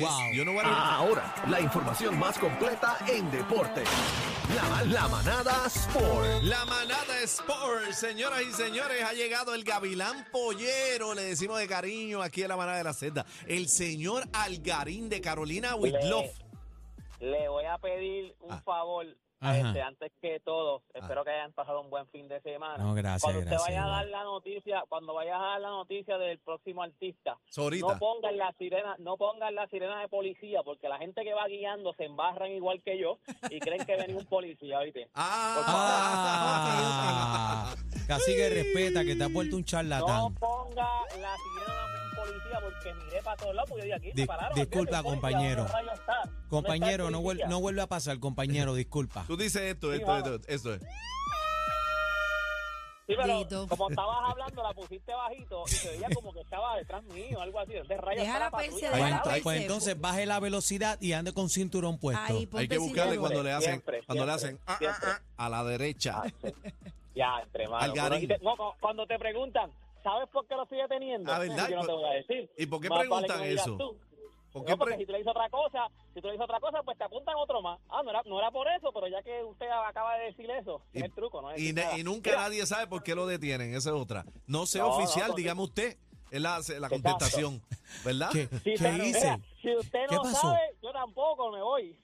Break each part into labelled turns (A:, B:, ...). A: Wow.
B: Yo no voy a
C: Ahora, la información más completa en deporte. La, la manada Sport.
B: La manada Sport, señoras y señores, ha llegado el Gavilán Pollero, le decimos de cariño aquí en la manada de la celda, el señor Algarín de Carolina Whitloff.
D: Le voy a pedir un
B: Ah.
D: favor
A: Ajá. Ah.
D: este, antes que todo. Espero que hayan pasado un buen fin de semana.
A: No, gracias,
D: cuando usted
A: gracias,
D: vaya a dar
A: igual.
D: la noticia, cuando vayas a dar la noticia del próximo artista,
B: Sorita.
D: no pongan la sirena, no pongan la sirena de policía, porque la gente que va guiando se embarran igual que yo y creen que venía un policía, ¿viste?
A: Ah, casi que respeta que te ha vuelto un
D: No
A: charlatán.
D: ponga la sirena de un policía porque miré para todos lados porque yo dije, aquí
A: Dis-
D: se pararon.
A: disculpa,
D: olvídate, policía,
A: compañero.
D: ¿dónde rayos está? ¿Dónde está el
A: Compañero, no, vuel-
D: policía?
A: no vuelve a pasar, compañero, disculpa.
B: Tú dices esto,
D: Sí,
B: esto,
D: vamos.
B: esto, esto. es.
D: Sí, pero
E: Dito.
D: como estabas hablando, la pusiste bajito y se veía como que estaba detrás mío, algo así. De rayos
E: Déjala
D: para
E: perse
D: patrulla.
E: de
A: Pues,
E: Ahí
A: ento-
E: está.
A: pues entonces baje la velocidad y ande con cinturón puesto.
E: Ahí,
B: Hay
E: ponte
B: que buscarle
E: cinturón.
B: cuando le hacen,
D: Siempre,
B: cuando le
D: siempre,
B: hacen ah,
D: siempre.
B: ah, ah, a la derecha.
D: Ya, entre manos.
B: Algarín.
D: Bueno, y te- no, cu- cuando te preguntan, ¿sabes por qué lo estoy deteniendo?
B: Ah, ¿verdad?
D: Yo no te voy a decir.
B: ¿Y por qué
D: Más vale que
B: preguntan
D: me digas
B: eso?
D: tú.
B: ¿Por
D: No,
B: qué
D: porque
B: pre-
D: si tú le dices otra cosa, si tú le dices otra cosa, pues te apuntan otro más. Ah, no era, no era por eso, pero ya que usted acaba de decir eso,
B: Y-
D: es el truco, ¿no? es
B: y,
D: decir
B: ne-
D: nada.
B: y nunca
D: Mira,
B: nadie sabe por qué lo detienen, esa es otra. No sea
D: No, no,
B: oficial,
D: porque-
B: dígame usted, es la, la
D: Exacto.
B: contestación, ¿verdad?
A: ¿Qué,
D: sí,
A: qué
D: claro,
A: dice?
D: mira, si usted
A: ¿Qué
D: no
A: pasó?
D: sabe, yo tampoco me voy.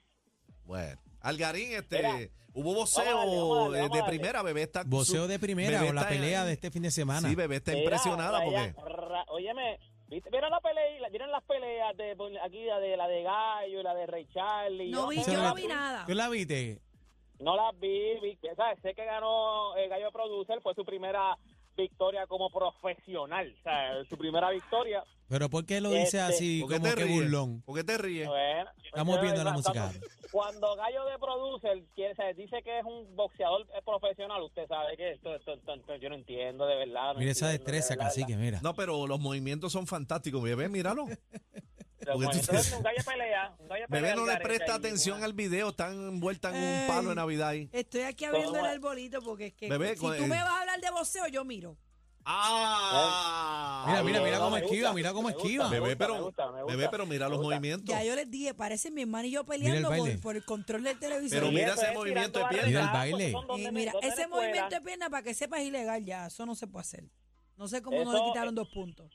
B: Bueno, Algarín, este,
D: Mira,
B: hubo
D: vamos a darle, vamos a
B: voceo
D: darle,
B: eh,
D: vamos a
B: de
D: darle.
B: primera, bebé está.
A: Voceo
B: su-
A: de primera
B: Bebé
A: o la
B: está-
A: pelea de este fin de semana.
B: Sí, bebé está
D: Mira,
B: impresionada
D: Ryan,
B: porque.
D: ra- óyeme, ¿viste? ¿vieron la pelea? ¿Vieron las peleas de por- aquí la de la de Gallo y la de Rey Charlie?
E: No vi,
D: sé,
A: yo no
D: la-
E: vi nada.
A: ¿Tú la viste?
D: No las vi, vi- ¿sabes? sé que ganó eh, Gallo Producer, fue su primera victoria como profesional, o sea, su primera victoria.
A: Pero ¿por qué lo
D: Este,
A: dice así
B: ¿Por qué
A: como
B: te
A: que
B: ríes?
A: burlón?
B: ¿Por qué te ríes?
D: Bueno,
A: Estamos
D: yo-
A: viendo la
D: cuando-
A: música.
D: Cuando Gallo de Producer quiere- o sea, dice que es un boxeador eh, profesional, usted sabe que esto, esto, esto- esto- yo no entiendo de verdad. no
A: Mira esa
D: entiendo, de
A: destreza,
D: verdad, de verdad.
A: cacique, mira.
B: No, pero los movimientos son fantásticos, bebé, míralo.
D: Pero
B: Porque
D: bueno,
B: tú-
D: entonces, un gallo pelea, un gallo pelea
B: Bebé no
D: al
B: le
D: garete
B: presta
D: ahí,
B: atención
D: una-
B: al video, está envuelta en
E: Ey.
B: un palo de Navidad ahí.
E: Estoy aquí abriendo el
D: Toma.
E: arbolito porque es que
B: Bebé,
E: si
B: con
E: tú
B: el-
E: me vas a hablar de voceo, yo miro.
B: ¡Ah!
A: Mira, mira,
D: Ay,
A: mira
D: no,
A: cómo
D: me
A: esquiva,
D: gusta,
A: mira cómo
D: me gusta,
A: esquiva.
D: me
B: Bebé,
D: gusta,
B: pero,
D: me gusta, me gusta,
B: bebé, pero mira
D: me
B: los
D: gusta.
B: movimientos.
E: Ya yo les dije, parecen mi hermano y yo peleando
A: baile.
E: por, por el control del televisor.
B: Pero
D: Sí,
B: mira
D: eso
B: ese
D: es
B: movimiento de
D: tirando
B: pierna.
A: Y el
D: barras,
A: baile.
D: son
E: Eh,
D: donde-
E: mira,
D: donde
E: ese
D: le
E: movimiento de
D: cuelan.
E: pierna para que sepas es ilegal ya, eso no se puede hacer. No sé cómo no
D: Eso,
E: le quitaron dos puntos.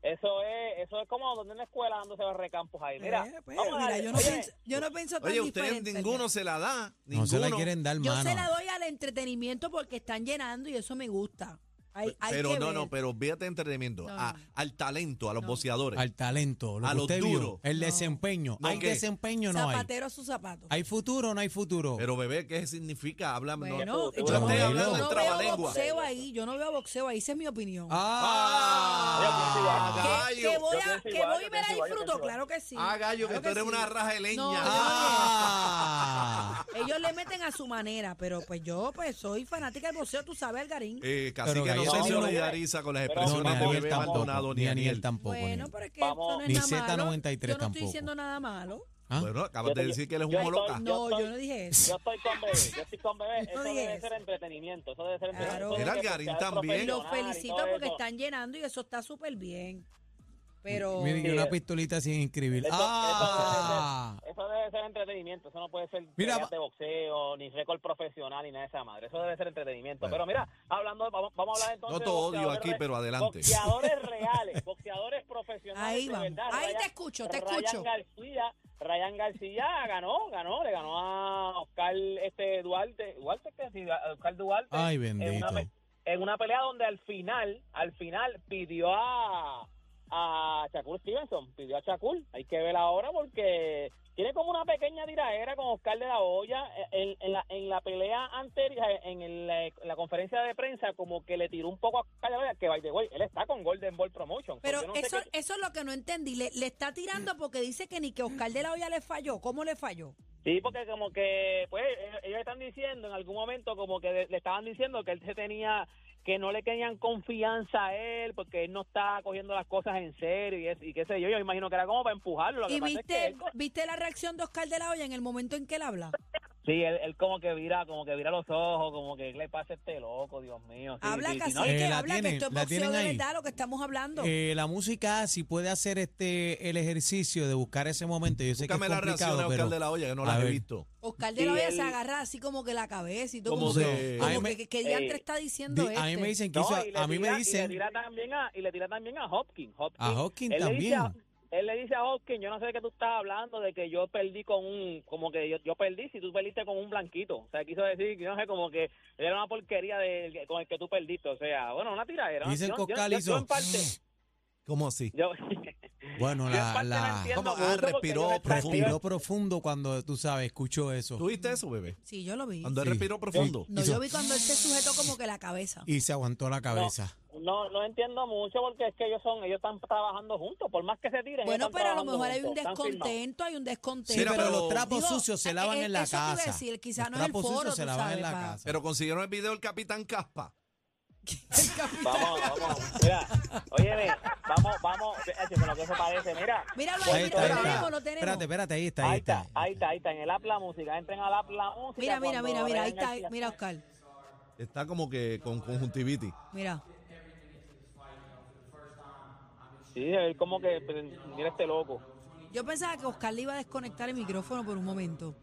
D: Eso es, eso es como donde en la escuela dándose los recampos ahí. Mira,
E: Eh, pues,
D: vamos a
E: mira,
D: darle.
E: yo, no
D: Oye,
E: pienso, yo no pienso tan
B: Oye, ustedes
E: diferente,
B: ninguno
E: ¿verdad?
B: se la da. Ninguno.
A: No se la quieren dar,
E: Yo se la
A: mano.
E: doy al entretenimiento porque están llenando y eso me gusta. Hay, hay
B: pero
E: que
B: no,
E: ver.
B: no, pero fíjate entretenimiento.
E: No,
B: a-
E: no.
B: al talento, a los
E: No.
B: boceadores.
A: Al talento, lo
B: A
A: que
B: los
A: usted vio,
B: duros.
A: el
E: No.
A: desempeño.
B: No,
A: ¿Hay
B: ¿qué?
A: desempeño o no hay?
E: Zapatero a sus zapatos.
A: ¿Hay futuro o no hay futuro?
B: Pero bebé, ¿qué significa? Habla, no-
E: Bueno,
D: Yo
E: yo no,
B: estoy hablando
E: yo
B: en
E: no veo
B: trabalengua.
E: boxeo ahí, yo no veo boxeo ahí, esa es mi opinión.
B: ¡Ah!
E: que,
B: gallo!
E: que voy
D: Yo
E: a,
D: pienso
E: que
D: igual,
E: voy
D: yo
E: y me la
D: pienso igual, yo
E: disfruto,
D: pienso igual.
E: claro que sí.
B: ¡Ah, gallo, que
E: claro
B: tú eres
E: sí.
B: una raja de leña!
E: No, yo
A: ¡Ah!
E: Ellos le meten a su manera, pero pues yo pues soy fanática del boxeo, tú sabes, Algarín.
B: Eh, casi
A: Pero
B: que no
A: gallo,
B: se
D: no, no,
B: solidariza con las
D: pero-
A: No,
B: expresiones
A: ni
D: Persona
B: de
A: Aniel
B: bebé
A: tampoco.
B: Maldonado ni Aniel.
A: tampoco. ni
E: bueno,
A: él.
E: pero es que
D: Vamos.
E: esto no es
A: Ni
E: nada malo.
A: Z93
E: yo no
A: tampoco.
E: estoy diciendo nada malo.
A: ¿Ah?
B: Bueno, acabas
D: Yo
B: de
D: te-
B: decir que él es
D: yo
B: un loca.
D: estoy-
E: No, yo
D: estoy-
E: no dije eso.
D: Yo estoy con bebé, yo estoy con bebé.
E: No
D: Eso
E: dije
D: debe
E: eso.
D: ser entretenimiento, eso debe ser
E: Claro.
D: entretenimiento.
B: Mira,
D: Tiene que
B: Algarín
D: ser
B: también.
E: Y los
D: profesional y
E: felicito
D: todo
E: porque
D: eso.
E: están llenando y eso está súper bien. Pero
A: Miren, y
D: Sí,
A: una
D: eh.
A: pistolita sin inscribir.
D: Eso- eso
A: ¡Ah!
D: Eso debe ser entretenimiento, eso no puede ser
A: Mira,
D: peleas
A: va-
D: de boxeo, ni récord profesional, ni nada de esa madre. Eso debe ser entretenimiento. Pero mira, hablando, vamos, vamos a hablar entonces.
B: No
D: de
B: te odio
D: boxeadores
B: aquí,
D: re-
B: pero adelante.
D: Boxeadores reales, boxeadores profesionales.
E: Ahí
D: de
E: vamos.
D: verdad.
E: Ahí
D: Ryan-
E: te escucho, te
D: Ryan
E: escucho.
D: García, Ryan García ganó, ganó, le ganó a Oscar este, Duarte. Duarte, ¿qué? Sí, a Oscar Duarte.
A: Ay,
D: En
A: bendito.
D: una, pe- en una pelea donde al final, al final pidió a, a Shakur Stevenson, pidió a Shakur. Hay que ver ahora porque tiene como una pequeña tiradera con Oscar de la Hoya. En, en la, en la pelea anterior, en, el- la, en la conferencia de prensa, como que le tiró un poco a Oscar de la Hoya, que by the way, él está con Golden Ball Promotion.
E: Pero
D: Yo no sé
E: eso,
D: qué-
E: eso es lo que no entendí. Le, le está tirando porque dice que ni que Oscar de la Hoya le falló. ¿Cómo le falló?
D: Sí, porque como que, pues, ellos- ellos están diciendo en algún momento como que le- le estaban diciendo que él se tenía, que no le tenían confianza a él porque él no está cogiendo las cosas en serio y, es- y qué sé yo, yo imagino que era como para empujarlo. Lo que
E: ¿Y
D: pasa es
E: viste,
D: que él-
E: viste la reacción de Oscar de la Hoya en el momento en que él habla?
D: Sí, él, él como que vira, como que vira los ojos, como que ¿qué le pasa a este loco, Dios mío. Sí,
E: habla
D: sí, sí,
E: cacique,
D: no,
A: Eh, la
E: habla
A: tienen,
E: que esto es
A: la
E: boxeo
A: tienen
E: de
A: ahí.
E: verdad lo que estamos hablando.
A: Eh, la música, si puede hacer este el ejercicio de buscar ese momento, yo sé
B: Búscame
A: que es
B: la reacción
A: complicado,
B: de Oscar
A: pero
B: de la Olla, que no
A: a
B: las he
A: ver.
B: visto.
E: Oscar de
D: y
E: la Hoya
D: él-
E: se agarra así como que la cabeza y todo
B: Como
E: como,
B: de-
E: como
A: A mí me-
E: que, que- que diantre
D: Eh,
E: está diciendo
A: di-
E: este.
A: a mí me dicen que
D: No,
A: hizo,
D: y le tira-
A: a mí me
D: Y le
A: dicen
D: tira también a, y le tira también a Hopkins. Hopkins.
A: a Hopkins
D: Él le dice
A: también.
D: a- él le dice a Hopkins, yo no sé de qué tú estás hablando, de que yo perdí con un, como que yo, yo perdí si tú perdiste con un blanquito. O sea, quiso decir, que yo no sé, como que era una porquería de, con el que tú perdiste. O sea, bueno, una tiradera.
A: Dicen
D: yo,
A: que
D: yo-
A: Oscar
D: yo- yo
A: hizo-
D: en parte,
B: ¿Cómo así?
D: yo-
A: Bueno,
D: yo en
A: la,
D: parte no
A: la
D: entiendo
B: ¿Cómo? Ah,
D: mucho porque
B: respiró
D: yo en parte-
A: respiró profundo cuando tú sabes, escuchó eso
B: ¿Tuviste eso, bebé?
E: Sí, yo lo vi.
B: Cuando él
A: Sí.
B: respiró profundo.
E: No,
A: hizo-
E: yo vi cuando él se sujetó como que la cabeza.
A: y se aguantó la cabeza.
D: No, no entiendo mucho porque es que ellos son, ellos están trabajando juntos, por más que se tiren.
E: Bueno,
D: ellos están
E: pero a lo
D: trabajando
E: mejor hay un
D: juntos, están firmados.
E: descontento, hay un descontento.
A: Sí,
B: Mira,
A: Este, pero,
B: pero-
A: los trapos
E: Digo,
A: sucios se lavan
E: eh,
A: en la
E: eso te iba a
A: casa.
E: decir, quizá
A: Los
E: no es el
A: trapos
E: foro,
A: sucios
E: tú
A: se lavan
E: sabes,
A: en la
E: pa.
A: casa.
B: Pero consiguieron el video del Capitán Caspa.
E: El capitán-
D: Vamos, vamos. Mira, óyeme, vamos, vamos. eh, con lo que se parece, mira.
E: Míralo
A: ahí
E: ahí,
A: está, ahí
E: míralo, lo
A: está.
E: tenemos, lo tenemos.
A: Espérate, espérate, ahí está,
D: Ahí está, ahí está, ahí está, en el app la música, entren al app la música.
E: Mira, mira,
D: cuando
E: mira, mira, ahí
D: vean
E: está,
D: el-
E: mira Oscar,
B: Está como que con conjuntivitis.
E: mira.
D: Sí, él como que, pues, mira este loco.
E: Yo pensaba que Oscar le iba a desconectar el micrófono por un momento.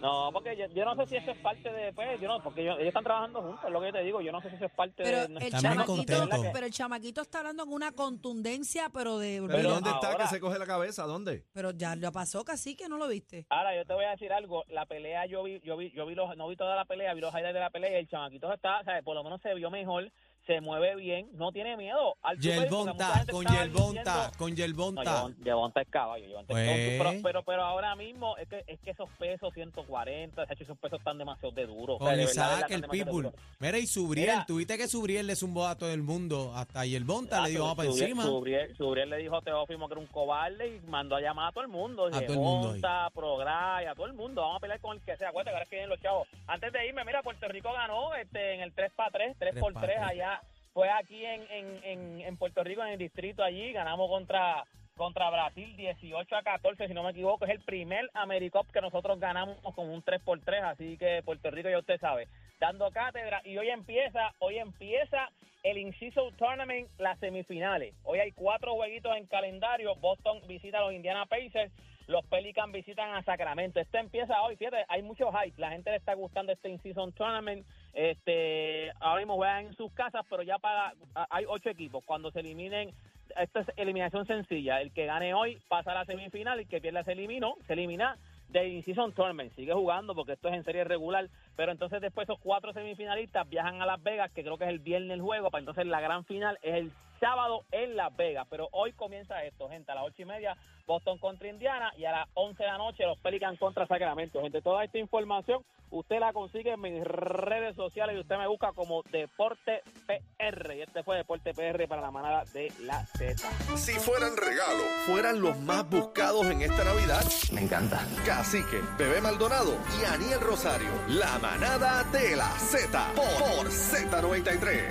D: No, porque yo, yo no sé si eso es parte de, pues, yo no, porque yo- ellos están trabajando juntos, es lo que yo te digo, yo no sé si eso es parte
E: Pero
D: de...
E: el,
A: Está bien
E: chamaquito,
A: contento.
E: pero el chamaquito está hablando con una contundencia, pero de...
B: ¿Pero
E: olvídate.
B: dónde está
D: ahora-
B: que se coge la cabeza? ¿Dónde?
E: Pero ya lo pasó casi que no lo viste.
D: Ahora yo te voy a decir algo, la pelea yo vi, yo vi, yo vi los, no vi toda la pelea, vi los highlights de la pelea y el chamaquito está, o sea, por lo menos se vio mejor, se mueve bien, no tiene miedo. Al porque mucha
A: Yelbonta,
D: gente
A: con
D: estaba
A: Yelbonta,
D: diciendo-
A: con
D: No,
A: Yelbonta.
D: Yevon- Yevonta es caballo, Yevonta es
A: Pues.
D: caballo. Pero, pero, pero ahora mismo es que, es que esos pesos 140, se ha hecho esos pesos están demasiado de duros.
A: Con Isaac, el Pitbull. Mira, y Subriel,
D: Mira.
A: tuviste que Subriel le zumbó a todo el mundo. Hasta Yelbonta le dio
D: dijo
A: vamos para encima.
D: le dijo a Teófimo que era un cobarde y mandó a llamar a todo el mundo.
A: A todo el mundo
D: Yevonta, Progray, a todo el mundo. Vamos a pelear con el que sea. Acuérdate que ahora es que vienen los chavos. Antes de irme, mira, Puerto Rico ganó este, en el 3 para 3, 3
A: Tres
D: por
A: pa'
D: 3
A: tres.
D: allá. Fue aquí en, en, en, en Puerto Rico, en el distrito allí. Ganamos contra contra Brasil 18 a 14, si no me equivoco. Es el primer AmeriCup que nosotros ganamos con un 3 por 3 así que Puerto Rico ya usted sabe. Dando cátedra y hoy empieza, hoy empieza el Inciso Tournament, las semifinales. Hoy hay cuatro jueguitos en calendario. Boston visita a los Indiana Pacers. Los Pelicans visitan a Sacramento. Este empieza hoy, fíjate, hay mucho hype. La gente le está gustando este in-season tournament. Este, ahora mismo juegan en sus casas, pero ya para a- hay ocho equipos. Cuando se eliminen, esta es eliminación sencilla. El que gane hoy pasa a la semifinal, el que pierda se eliminó, se elimina de in-season tournament. Sigue jugando porque esto es en serie regular. Pero entonces después esos cuatro semifinalistas viajan a Las Vegas, que creo que es el viernes el juego, para entonces la gran final es el sábado en Las Vegas. Pero hoy comienza esto, gente, a las ocho y media, Boston contra Indiana y a las once de la noche los Pelicans contra Sacramento. Gente, toda esta información usted la consigue en mis redes sociales y usted me busca como Deporte PR. Y este fue Deporte PR para la manada de la Z.
C: Si fueran regalo, fueran los más buscados en esta Navidad. Me encanta. Cacique, Bebé Maldonado y Aniel Rosario. La manada de la Z por Z93.